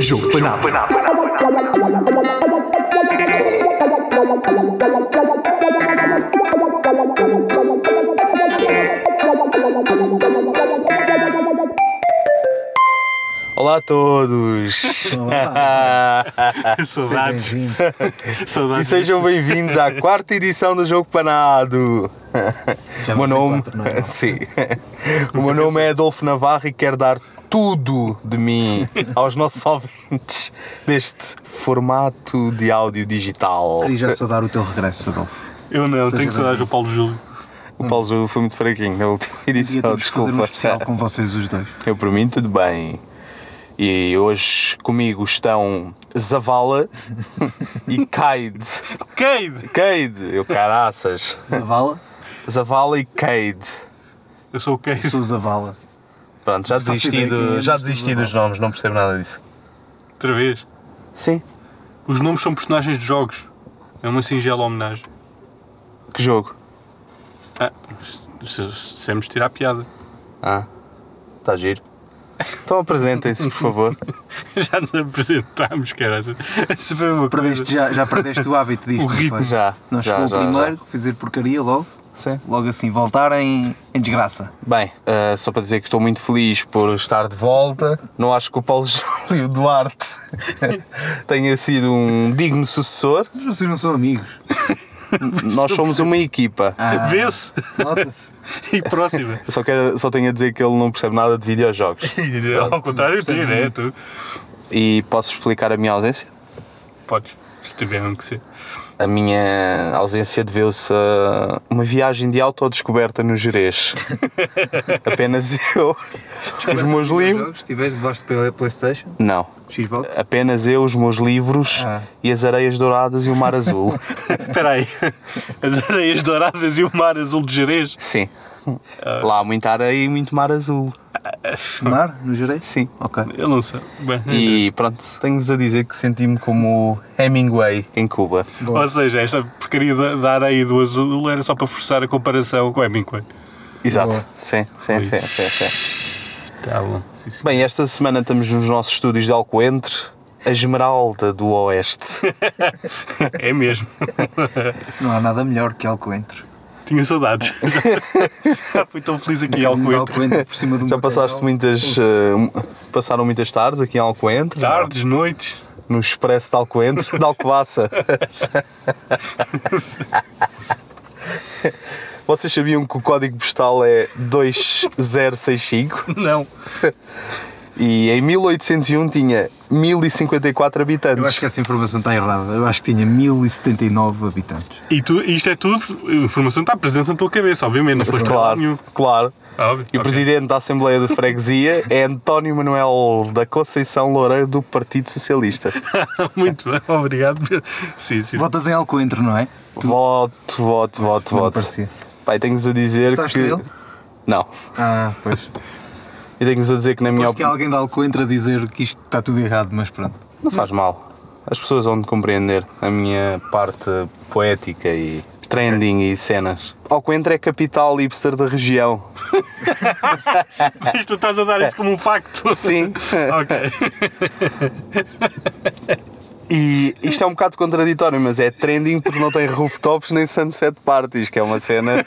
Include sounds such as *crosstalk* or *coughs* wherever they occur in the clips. Jogo Penado. Olá a todos! Saudades. bem-vindo. Saudades. e sejam bem-vindos à quarta edição do Jogo Panado. Já o meu vamos em nome, quatro, não é? *laughs* Sim. O meu nome é Adolfo Navarro e quero dar tudo de mim aos nossos ouvintes deste formato de áudio digital. E já saudar o teu regresso, Adolfo. Eu não, Seja tenho que saudades do Paulo Júlio. O Paulo Júlio foi muito fraquinho na última E edição, temos que fazer um desculpa. especial com vocês os dois. Eu por mim tudo bem. E hoje comigo estão *laughs* Zavala e Kaide. Cade! Cade, eu caraças. Zavala? Zavala e Cade. Eu sou o Cade. Sou Zavala. Pronto, já Não faço desisti, ideia do- quem é, já mas desisti tudo dos nomes, não percebo nada disso. Outra vez. Sim. Os nomes são personagens de jogos. É uma singela homenagem. Que jogo? Ah, se- se- se dissemos tirar a piada. *laughs* Ah, está giro. Então apresentem-se, por *laughs* favor. Já nos apresentámos, cara. Se foi uma coisa. Perdeste, já, já perdeste o hábito disto. O não ritmo. foi? Já, Não já, chegou o já, primeiro, fazer porcaria logo. Sim. Logo assim, voltar em, em desgraça. Bem, eh, só para dizer que estou muito feliz por estar de volta. Não acho que o Paulo *laughs* Júlio Duarte *laughs* tenha sido um digno sucessor. Mas vocês não são amigos. Nós somos uma equipa. Ah. Vê-se. *laughs* Nota-se. E próxima. Eu só, quero, só tenho a dizer que ele não percebe nada de videojogos. Ao contrário, tu, percebes né? muito. Tu. E posso explicar a minha ausência? Podes. Se tiver mesmo que ser. A minha ausência deveu-se a uma viagem de autodescoberta no Jerez. *laughs* apenas eu, os meus livros. Estiveste debaixo de Playstation, Não, Xbox. apenas eu, os meus livros Ah. e as areias douradas e o mar *laughs* azul. Espera aí. As areias douradas e o mar azul de Jerez. Sim. Lá há muita areia e muito mar azul. É. Mar, no Jerez? Sim. Ok. Ah, Eu não sei. Bem, E pronto, Uhum. tenho-vos a dizer que senti-me como o Hemingway em Cuba. Ou seja, esta porcaria da, da areia e do azul era só para forçar a comparação com o Hemingway. Exato. Boa. Sim, sim, sim, sim, sim. Tá bom. Sim, sim. Bem, esta semana estamos nos nossos estúdios de Alcoentre, a Esmeralda do Oeste. É mesmo. *laughs* Não há nada melhor que Alcoentre. Tinha *laughs* saudades. Já fui tão feliz aqui ao Caminho de coito. Alcoentre por cima de *laughs* um Já passaste bacalhau. muitas. eh, mu- passaram muitas tardes aqui em Alcoentre? Tardes, noites. No Expresso de Alcoentre, de *laughs* Alcobaça. Vocês sabiam que o código postal é 2065 Não. e em 1801 tinha 1054 Eu acho habitantes. que é essa informação está errada. Eu acho que tinha 1079 habitantes. E tu, isto é tudo, a informação está presente na tua cabeça, obviamente. Não foste lá Claro, nenhum. claro. Óbvio. E o Ok. presidente da Assembleia de Freguesia é António Manuel da Conceição Loureiro do Partido Socialista. *laughs* Muito bem, obrigado. Sim, sim. Votas em Alcoentre, não é? Voto, voto, voto, Não voto. parecia. Pai, tenho-vos a dizer Gostaste que. dele? Não. Ah, pois. E tenho-vos a dizer que na minha Acho que há opinião. alguém de Alcoentre a dizer que isto está tudo errado, mas pronto. Não faz mal. As pessoas vão de compreender a minha parte poética e trending e cenas. Alcoentre é capital hipster da região. Mas tu estás a dar isso como um facto. Sim. *laughs* ok. E isto é um bocado contraditório, mas é trending porque não tem rooftops nem sunset parties, que é uma *laughs* cena.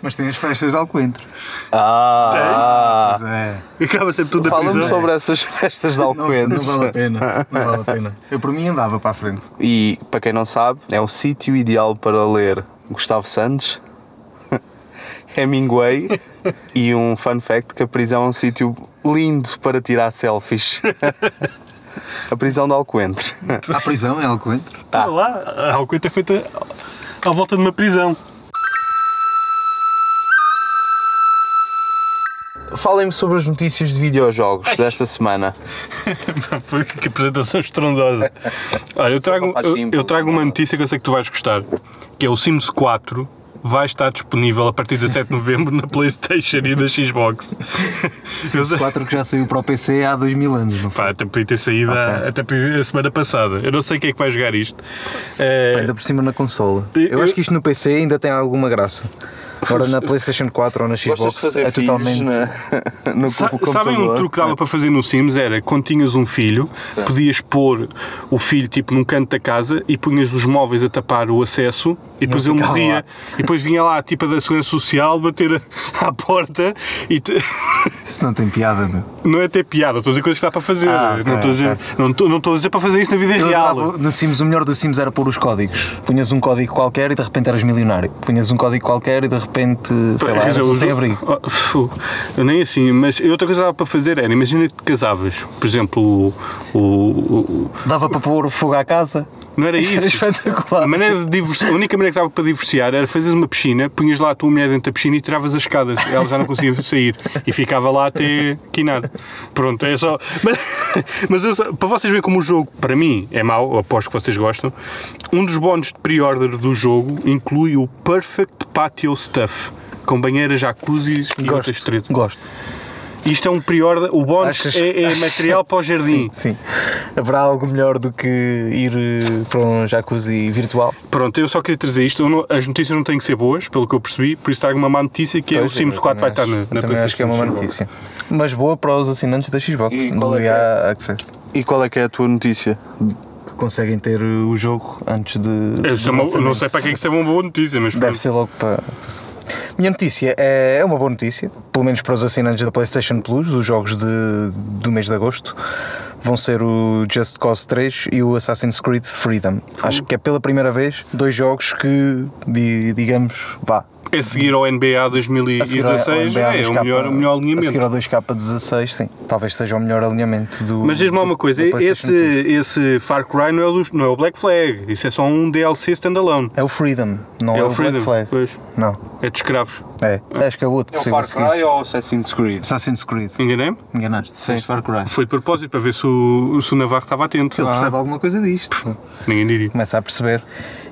Mas tem as festas de Alcoentre. Ah! Mas é. Acaba sempre tudo a Fala-me prisão. sobre essas festas de Não, não vale a Alcoentre. pena. Não vale a pena. Eu por mim andava para a frente. E para quem não sabe, é um sítio ideal para ler Gustavo Santos, *laughs* Hemingway e um fun fact que a prisão é um sítio lindo para tirar selfies. *laughs* a prisão de Alcoentre. Há prisão em Alcoentre? Tá. lá, a Alcoita é feita à volta de uma prisão. Falem-me sobre as notícias de videojogos desta semana. *laughs* Foi que apresentação estrondosa. Olha, eu trago, rapaz eu- eu, simples, trago uma notícia que eu sei que tu vais gostar, que é o Sims 4 vai estar disponível a partir de 17 de novembro na Playstation e na Xbox. Eu sei- 4 que já saiu para o PC há 2 mil anos, não foi? Pá, até podia ter saído há- até podia- a semana passada. Eu não sei quem é que vai jogar isto. É, Ainda por cima na consola. E- Eu acho que isto no PC ainda tem alguma graça. Ora na PlayStation 4 ou na Gostas de Xbox fazer né? é filhos totalmente. na- *laughs* no Sa- computador? Sabem um truque é. que dava para fazer no Sims? Era quando tinhas um filho, podias pôr o filho tipo num canto da casa e punhas os móveis a tapar o acesso e depois ele ficava morria. lá. E depois vinha lá a tipa da Segurança Social bater a- *laughs* à porta e. te- *laughs* Isso não tem piada, meu. Não é ter piada, estou a dizer coisas que dá para fazer. Ah, não, estou a dizer, não, estou, não estou a dizer para fazer isso na vida Eu real. adorava- No Sims, o melhor do Sims era pôr os códigos. Punhas um código qualquer e de repente eras milionário. Punhas um código qualquer e de repente, sei lá, Quer dizer, eras um os- sem abrigo. Oh, fu, eu nem assim, mas outra coisa que dava para fazer era, imagina que te casavas, por exemplo, o- o- o, Dava para pôr fogo à casa. Não era Isso isso. era espetacular. A, maneira de divorci- a única maneira que dava para divorciar era fazeres uma piscina, punhas lá a tua mulher dentro da piscina e tiravas as escadas. Ela já não conseguia *laughs* sair e ficava lá até quinar. Pronto, é só. Mas, mas *laughs* eu só- para vocês verem como o jogo, para mim, é mau, eu aposto que vocês gostam. Um dos bónus de pre-order do jogo inclui o Perfect Patio Stuff. Com banheiras, jacuzzis e outras tretas. Gosto. Gosto. Isto é um pre-order. O bónus Achas- é, é achas- material para o jardim. Sim, sim. Haverá algo melhor do que ir eh, para um jacuzzi virtual? Pronto, eu só queria trazer isto. Eu não- as notícias não têm que ser boas, pelo que eu percebi, por isso trago uma má notícia que é o Pois, Sims eu 4 vai estar também na, acho- na eu também acho que é uma má PlayStation. notícia. Mas boa para os assinantes da Xbox, E qual do é que é? EA Access. E qual é que é a tua notícia? Que conseguem ter eh, o jogo antes de. Eu do sou uma- eu não lançamento. sei para que é que isso é uma boa notícia, mas Deve ser logo para. Minha notícia é, é uma boa notícia, pelo menos para os assinantes da PlayStation Plus, dos jogos de, do mês de agosto. Vão ser o Just Cause 3 e o Assassin's Creed Freedom. Acho que é pela primeira vez dois jogos que, di- digamos, vá. é seguir ao NBA a seguir ao- ao 2016 NBA é, o, 2K, melhor, o melhor A seguir alinhamento. ao 2K16, sim. Talvez seja o melhor alinhamento do. Mas diz-me lá uma do- coisa: do PlayStation esse, Plus. esse Far Cry não é, o, não é o Black Flag, isso é só um DLC standalone. É o Freedom, não é, É o o Freedom, Black Flag. pois. Não, É de escravos. é. Acho que é o outro É o que saiu a Far seguir. Cry ou Assassin's Creed? Assassin's Creed. Enganei-me? Enganaste. Sim. Far Cry. Foi de propósito, para ver se o, se o Navarro estava atento. Ah, Ele percebe alguma coisa disto. Ninguém diria. começa a perceber.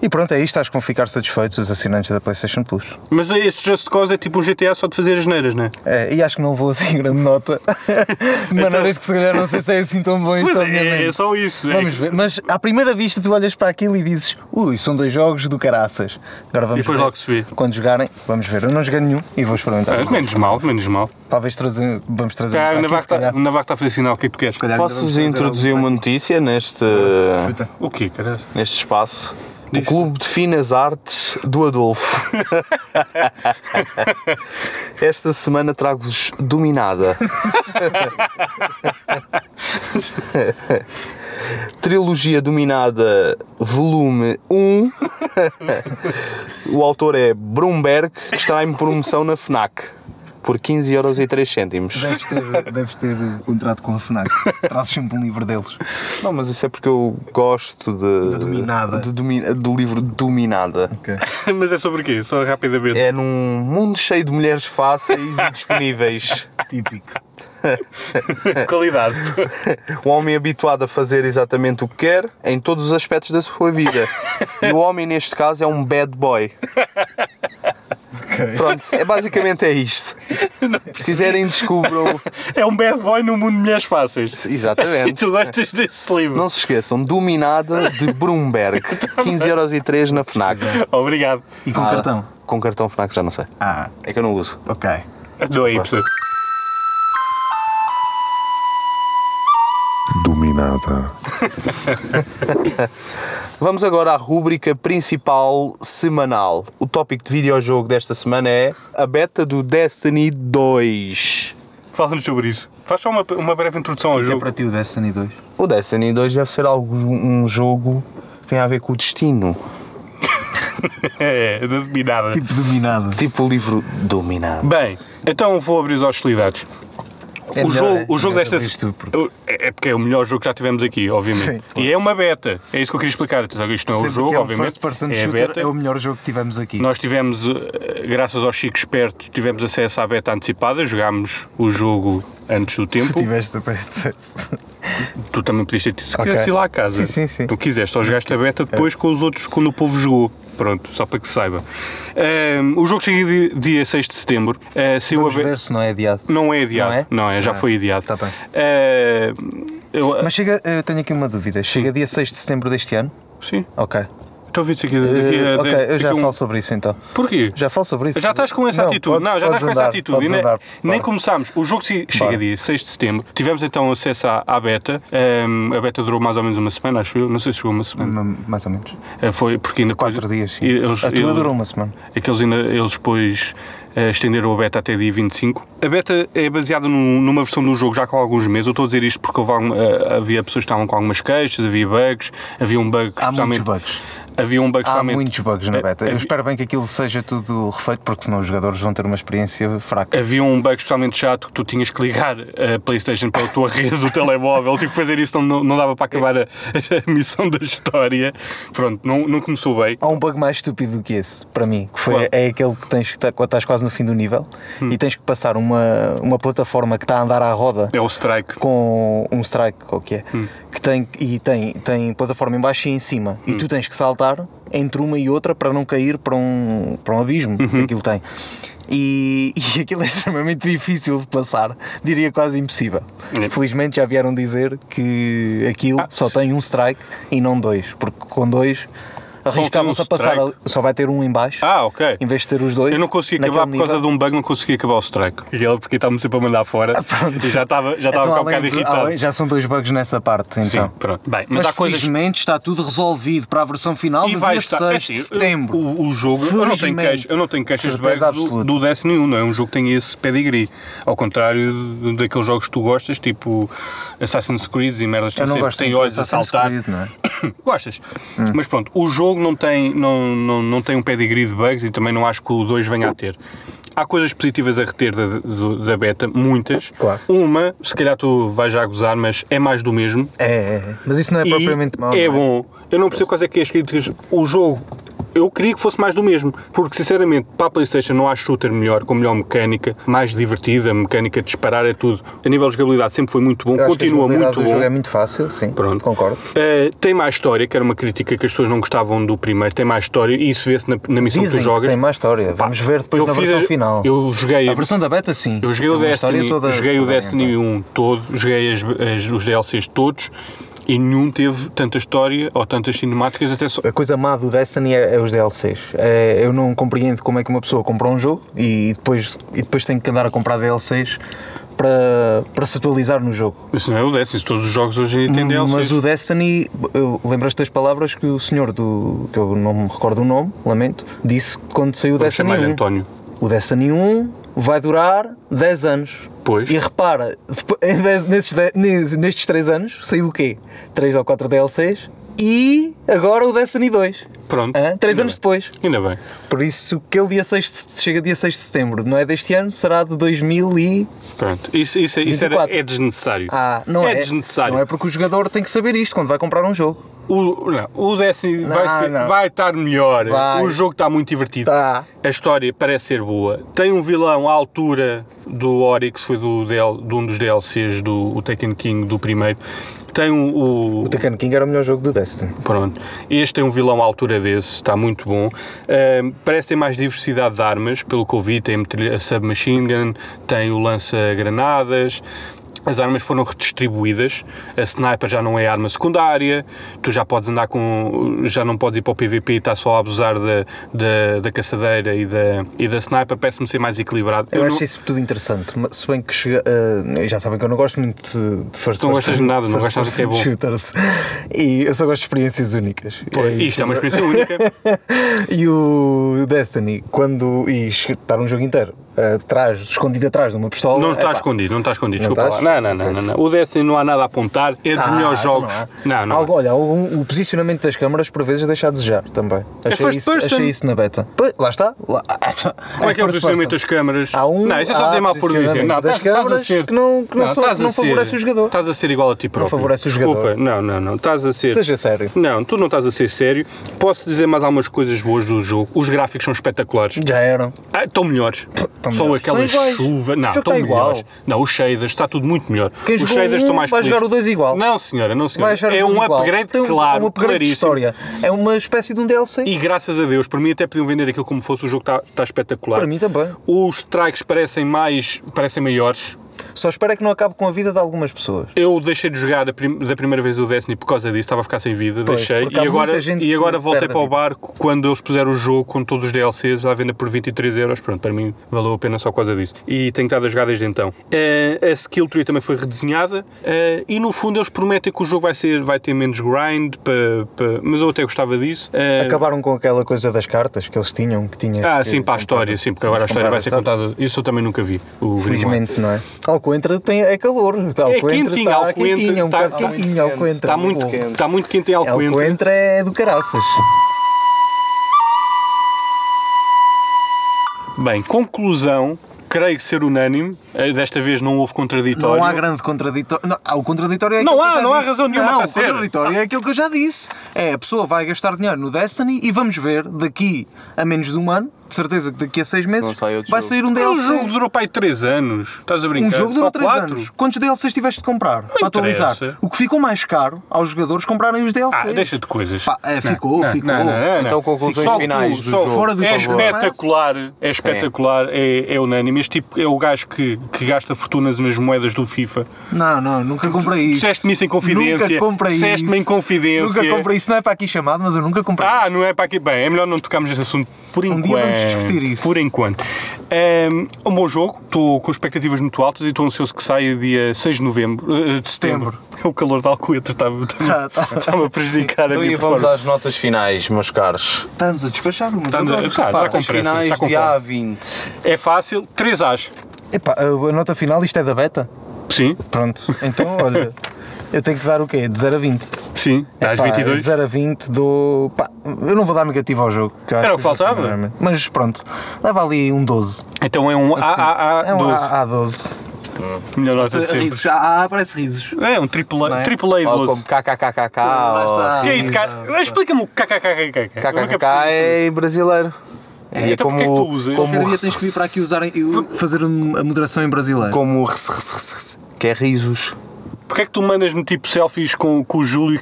E pronto, é isto. Acho que vão ficar satisfeitos os assinantes da PlayStation Plus. Mas esse Just Cause é tipo um GTA só de fazer as neiras, não é? É, e acho que não levou assim grande nota. *laughs* De maneiras que se calhar não sei se é assim tão bom Então- Pois isto, é, é obviamente. só isso. é Vamos ver, mas à primeira vista tu olhas para aquilo e dizes Ui, são dois jogos do caraças Agora vamos E depois ver. logo se vê. Quando jogarem, vamos ver Eu não joguei nenhum e vou experimentar Ah, menos mal, menos mal. Talvez trazer, vamos trazer Cara, para o aqui, Navarro se calhar. está a fazer sinal, o que é que tu queres? Posso-vos introduzir uma notícia neste, Chuta. O quê, caralho? *laughs* neste espaço? O Clube de Finas Artes do *laughs* Adolfo. Esta semana trago-vos Dominada. Trilogia Dominada, volume 1. O autor é Brumberg, que está em promoção na FNAC por 15,03€. Deves ter, deves ter contrato com a *laughs* FNAC. Trazes sempre um livro deles. Não, mas isso é porque eu gosto de. Da Dominada. de domi- do livro Dominada. Mas é sobre o quê? Só rapidamente. É num mundo cheio de mulheres fáceis e disponíveis. Típico. É. *laughs* Qualidade. O homem é habituado a fazer exatamente o que quer em todos os aspectos da sua vida. E o homem, neste caso, é um bad boy. Pronto, é, basicamente é isto. Se quiserem, descubram. é um bad boy no mundo de mulheres fáceis. E Exatamente. tu gostas desse livro. Não se esqueçam, Dominada de *laughs* Brumberg. 15,03€ na FNAC. Obrigado. E com Ah, cartão. Com cartão FNAC já não sei. Ah, É que eu não uso. ok. Não é Y. dominada. Vamos agora à rúbrica principal semanal. O tópico de videojogo desta semana é a beta do Destiny 2. Fala-nos sobre isso. Faz só uma, uma breve introdução ao é Até jogo. para ti o Destiny 2. O Destiny 2 deve ser algo, um jogo que tem a ver com o destino. *laughs* É, da dominada. Tipo dominado. Tipo o livro Dominado. Bem, então vou abrir as hostilidades. É o melhor, jogo, é? o jogo Melhor desta abrir isto, porque- o- é é porque é o melhor jogo que já tivemos aqui, obviamente. e é uma beta. É isso que eu queria explicar. Atenção, Isto não é o Sempre jogo, que é um obviamente. first person é a shooter, beta. é o melhor jogo que tivemos aqui. Nós tivemos, eh, graças ao Chico Esperto, tivemos acesso à beta antecipada, jogámos o jogo antes do tempo. Tu tiveste a PlayStation. Tu também podias ter tido, se quisesse ir Ok. lá à casa. Sim, sim, sim. Tu quiseste, só jogaste a beta depois É. com os outros quando o povo jogou. Pronto, só para que se saiba. Ahm, o jogo chega dia, dia 6 de setembro. Ah, saiu Vamos a be- ver se não é adiado Não é adiado. Não é? já Ah, foi adiado. tá bem. Ah, eu- eh, Hum. Mas chega, eu tenho aqui uma dúvida Chega dia 6 de setembro deste ano? Sim. Ok Eh, Estou a ouvir isso aqui. daqui a- ok, daqui eu já a um- falo sobre isso então. Porquê? Já falo sobre isso. Já estás com essa Não, atitude. podes- não, já podes estás com essa andar, atitude. podes E nem, andar, nem bora. começámos. O jogo se- chega Bora. dia 6 de setembro. Tivemos então acesso à, à beta. Ahm, a beta durou mais ou menos uma semana, acho eu. Não sei se chegou uma semana. Mais ou menos. Ah, Foi porque ainda. Quatro coisa- dias. sim. Eles, a tua eles- durou uma semana. é que eles ainda eles depois eh, estenderam a beta até dia 25. A beta é baseada num- numa versão do jogo já com alguns meses. Eu estou a dizer isto porque houve algum- eh, havia pessoas que estavam com algumas queixas, havia bugs, havia um bug Há muitos especialmente- bugs. Havia um bug Há especialmente- muitos bugs na eh, beta. Eu havia- espero bem que aquilo seja tudo refeito, porque senão os jogadores vão ter uma experiência fraca. Havia um bug especialmente chato que tu tinhas que ligar a Playstation pela tua *laughs* rede do telemóvel, tive que fazer isso, não, não dava para acabar a, *laughs* a missão da história. Pronto, não, não começou bem. Há um bug mais estúpido do que esse, para mim, que foi, é aquele que tens que tá- quando estás quase no fim do nível e tens que passar uma, uma plataforma que está a andar à roda É o strike. com um strike qualquer Hum. que tem, e tem, tem plataforma em baixo e em cima Hum. e tu tens que saltar entre uma e outra para não cair para um, para um abismo Uhum. que aquilo tem e, *laughs* e aquilo é extremamente difícil de passar, diria quase impossível. É. Felizmente já vieram dizer que aquilo Ah, só sim. tem um strike e não dois, porque com dois tem arriscavam-se um a passar, strike. ali- só vai ter um em baixo Ah, ok. em vez de ter os dois. Eu não consegui acabar por causa naquele *laughs* nível. Ah, de um bug, não consegui acabar o strike. E ele, porque estava-me sempre a mandar fora. e já estava já estava Então, com um além bocado de- irritado. além- já são dois bugs nessa parte, Sim, então. pronto. Bem, mas, Mas, há coisas. felizmente está tudo resolvido para a versão final E do vai dia estar. 6 de é assim, setembro. O, o jogo. Eu não, tenho Felizmente. queixas, eu não tenho queixas de bugs Certeza do, absoluta. do DS nenhum, não é? Um jogo que tem esse pedigree. Ao contrário de- daqueles jogos que tu gostas, tipo Assassin's Creed e merdas que Eu não sempre gosto têm muito olhos de a Assassin's saltar. Creed, não é? *coughs* Gostas. Mas pronto, o jogo não tem, não, não, não tem um pedigree de bugs e também não acho que o 2 venha a ter. Há coisas positivas a reter da, do- da beta, muitas. Claro. Uma, se calhar tu vais já gozar, mas é mais do mesmo. É, é, é. mas isso não é E propriamente mau. É não bom. Eu não percebo quais é que é as críticas. O jogo, eu queria que fosse mais do mesmo. Porque, sinceramente, para a PlayStation não há shooter melhor, com melhor mecânica, mais divertida, mecânica de disparar é tudo. A nível de jogabilidade sempre foi muito bom, Eu acho que a continua jogabilidade muito do bom. jogo é muito fácil, sim. Pronto. Concordo. Uh, tem mais história, que era uma crítica que as pessoas não gostavam do primeiro, tem mais história e isso vê-se na, na missão Dizem que tu que jogas. tem mais história. Vamos ver depois eu na fiz versão a- final. Eu joguei A versão da beta, sim. eu joguei Tem o uma história Destiny, toda- então. joguei o toda bem, Destiny 1 todo, joguei as- as- os DLCs todos e nenhum teve tanta história ou tantas cinemáticas, até só. A coisa má do Destiny é, é os DLCs. É, eu não compreendo como é que uma pessoa compra um jogo e depois, e depois tem que andar a comprar DLCs para, para se atualizar no jogo. Isso não é o Destiny, todos os jogos hoje em dia têm DLCs. Mas o Destiny, eu- lembras-te das palavras que o senhor do. que eu não me recordo o nome, lamento, disse quando saiu o Vamos Destiny é- chamar-lhe 1. António. O Destiny 1 vai durar 10 anos. Pois. E repara, depo- *laughs* em dez- nesses, de- nes- nestes 3 anos saiu o quê? 3 ou 4 DLCs e agora o Destiny 2. Pronto. 3 Ainda anos bem. depois. Ainda bem. Por isso, que ele dia 6 de, se- chega dia 6 de setembro, não é deste ano, será de 2000 e. Pronto. Isso, isso, é- isso era, 24. é desnecessário. Ah, não é. desnecessário. Não é porque o jogador tem que saber isto quando vai comprar um jogo. O, não, o Destiny Não, vai, ser- não. vai estar melhor. Vai. O jogo está muito divertido. Tá. A história parece ser boa. Tem um vilão à altura do Oryx, foi do, DL de um dos DLCs do o Taken King do primeiro. Tem um- o. O Tekken King era o melhor jogo do Destiny. Pronto. Este tem um vilão à altura desse, está muito bom. Ahm, parece ter mais diversidade de armas, pelo que eu vi. Tem metralha- a submachine gun, tem o lança-granadas. As armas foram redistribuídas. A sniper já não é arma secundária. Tu já podes andar com. Já não podes ir para o PVP e estar só a abusar da, da, da caçadeira e da, e da sniper. Parece-me ser mais equilibrado. Eu, Eu acho não- isso tudo interessante, mas se bem que chega, eh, já sabem que eu não gosto muito de- de first Não gostas de person- nada, não first gostas do que é person shooters. E eu só gosto de experiências únicas. E- Isto é uma experiência única. *laughs* e o Destiny, quando e che- estar um jogo inteiro eh, atrás, escondido atrás de uma pistola. Não está epá, escondido, não está escondido. Não desculpa estás? lá. Não, não, não, não, não. O Destiny não há nada a apontar. É dos ah, melhores então jogos. Não, Não, há. não. é. Algo- olha, algum- o posicionamento das câmaras por vezes deixa a desejar também. Achei, É first isso, person. achei isso na beta. Pois, lá está. Lá, *laughs* Como é que é o posicionamento das câmaras? Há um- não, isso é só há dizer mal por dizer. posicionamento Não, tá, das estás- estás a câmaras ser- que não- que não são- estás a não ser- favorece o jogador. Estás a ser igual a ti próprio. favorece o Desculpa, jogador. não, não, não. Estás a ser. Seja sério. Não, tu não estás a ser sério. Posso dizer mais algumas coisas boas do jogo. Os gráficos são espetaculares. Já eram. Ah, estão melhores. estão Só melhores. aquela Estão iguais. chuva. Não, O jogo estão está igual. melhores. Não, os shaders, está tudo muito melhor. Quem os jogou shaders um estão mais vai jogar polidos. o dois igual. Não, senhora, não, Vai senhora. achar o É um jogo igual. upgrade, Tem um- claro, um upgrade de claríssimo. história. É uma espécie de um DLC. E graças a Deus, para mim até podiam vender aquilo como fosse, o jogo está, está tá, espetacular. Para mim também. Os strikes parecem mais, parecem maiores, Só espero é que não acabe com a vida de algumas pessoas. Eu deixei de jogar a prim- da primeira vez o Destiny por causa disso, estava a ficar sem vida, Pois, deixei. porque E há agora, muita gente e que agora voltei perde a para o vida. barco quando eles puseram o jogo com todos os DLCs à venda por 23 euros. Pronto, para mim valeu a pena só por causa disso. E tenho estado a jogar desde então. Eh, a skill tree também foi redesenhada eh, e no fundo eles prometem que o jogo vai, ser, vai ter menos grind, pa- pa- mas eu até gostava disso. Eh, Acabaram com aquela coisa das cartas que eles tinham, que tinhas. Ah, que sim, para a comprar- história, sim, porque agora a história comprar vai ser sabe? contada. Isso eu também nunca vi. O Felizmente, não é? Alcoentra tem, é calor. Alcoentra quentinho, está Alcoentra quentinho, é um está- bocado quentinho. Alcoentra é Está muito, Bom. está muito quente em um Alcoentra. Alcoentra é do caraças. Bem, conclusão, creio que ser unânime, eh, desta vez não houve contraditório. Não há grande contraditório. Não, há o contraditório é Não aquilo que há, eu já não há disse. razão nenhuma Não, para o ser. contraditório é aquilo que eu já disse. É, a pessoa vai gastar dinheiro no Destiny e vamos ver daqui a menos de um ano, de certeza que daqui a seis meses, sai outro vai jogo. sair um É um DLC. jogo durou para aí 3 anos. Estás a brincar? Um jogo durou Para 3 quatro? anos. Quantos DLCs tiveste de comprar para interessa. atualizar? O que ficou mais caro aos jogadores comprarem os DLCs. Ah, deixa de coisas. Pá, é, ficou, ficou. Não, não, não, não. Então, conclusões Só tu, finais do só jogo, fora do é jogo. espetacular, é espetacular, é, é unânime. Este tipo é o gajo que, que gasta fortunas nas moedas do FIFA. Não, não, nunca comprei isso. disseste-me isso em confidência. Nunca comprei isso. Disseste-me em confidência. Nunca comprei isso. Não é para aqui chamado, mas eu nunca comprei. Ah, não é para aqui. Bem, é melhor não tocarmos nesse assunto por Um enquanto. dia vamos discutir isso. Por enquanto. É um bom jogo, estou com expectativas muito altas e estou ansioso que saia dia 6 de novembro. eh, De setembro. *laughs* O calor de Alcoetra estava Tá, tá. a prejudicar a Então, e minha vamos performance. às notas finais, meus caros. Estamos a despachar, mas Estamos a- agora- tá, Pá, tá com Notas pressa, finais tá com de fome. A20. É fácil, 3 As. Epá, a a nota final, isto é da beta? Sim, Pronto. *laughs* Então, olha, eu tenho que dar o quê? De 0 a 20. sim. Às Epá, é 22. De 0 a 20 dou. pá, eu não vou dar negativo ao jogo. que eu acho Era o que o jogo faltava. tem normalmente. Mas pronto, leva ali um 12. Então é um AAA é um 12. A, 12. Melhor nota de sempre. risos. Ah, ah, parece risos. É um AAA, é? AAA Ou 12. como KKKKK. Lá está. ou- Que é isso, cara? Explica-me o KKKKK. Eu nunca KKKK percebi isso. é brasileiro. É E então porquê que tu usas? como Qualquer dia tens que vir para aqui usar, eu- fazer um- a moderação em brasileiro. como res- res- res- res- que é risos. Porquê é que tu mandas-me tipo selfies com, com o Júlio,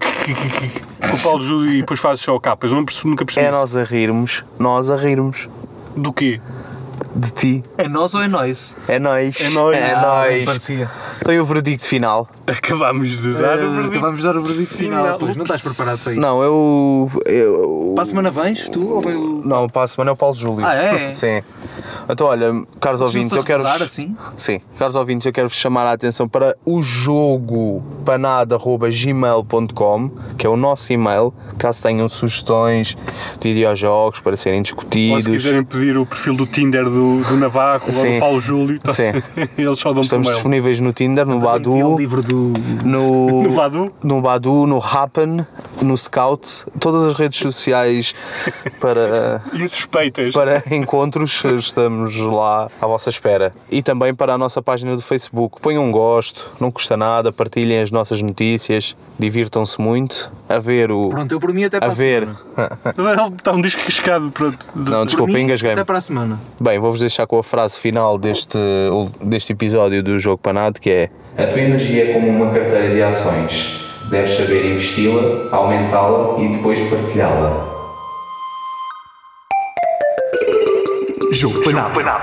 com o Paulo Júlio e depois fazes só capas? Eu não perce- nunca percebi. É nós a rirmos, nós a rirmos Do quê? de ti. É nós ou é nós? É nós. É nóis. É Ah, nóis. Parecia. Tem o verdicto final. Acabámos de É, tipo, dar o Eh, verdito. Vamos dar o verdito Final. final. Pois, não estás Ups. preparado para isso. Não, eu. eu Para a semana vens, tu ou vem o. não, para a semana é o Paulo Júlio. Ah, é? Sim. Então, olha, caros Vocês ouvintes, não eu se quero. recusaram assim? Sim, caros ouvintes, eu quero vos chamar a atenção para o jogo panada.gmail.com, que é o nosso e-mail, caso tenham sugestões de videojogos para serem Ou se discutidos. quiserem pedir o perfil do Tinder do, do Navarro ou Sim. do Paulo Júlio, tá- Sim. *laughs* eles só dão por Estamos mail. disponíveis no Tinder, no Badu, Envia o livro do. no, *laughs* No Badu? no Badu, no Happen, no Scout, todas as redes sociais para *laughs* E suspeitas. para encontros, estamos lá à vossa espera. E também para a nossa página do Facebook. Ponham um gosto, não custa nada, partilhem as nossas notícias, divirtam-se muito. A ver o. Pronto, eu por mim até para A a ver. semana. Ele Está um disco cascado, pronto. Não, Por desculpa, mim, engasguei-me. Até para a semana. Bem, vou-vos deixar com a frase final deste, deste episódio do Jogo Panado, que é A tua energia é como uma carteira de ações. Deves saber investi-la, aumentá-la e depois partilhá-la. Jogo Panabo.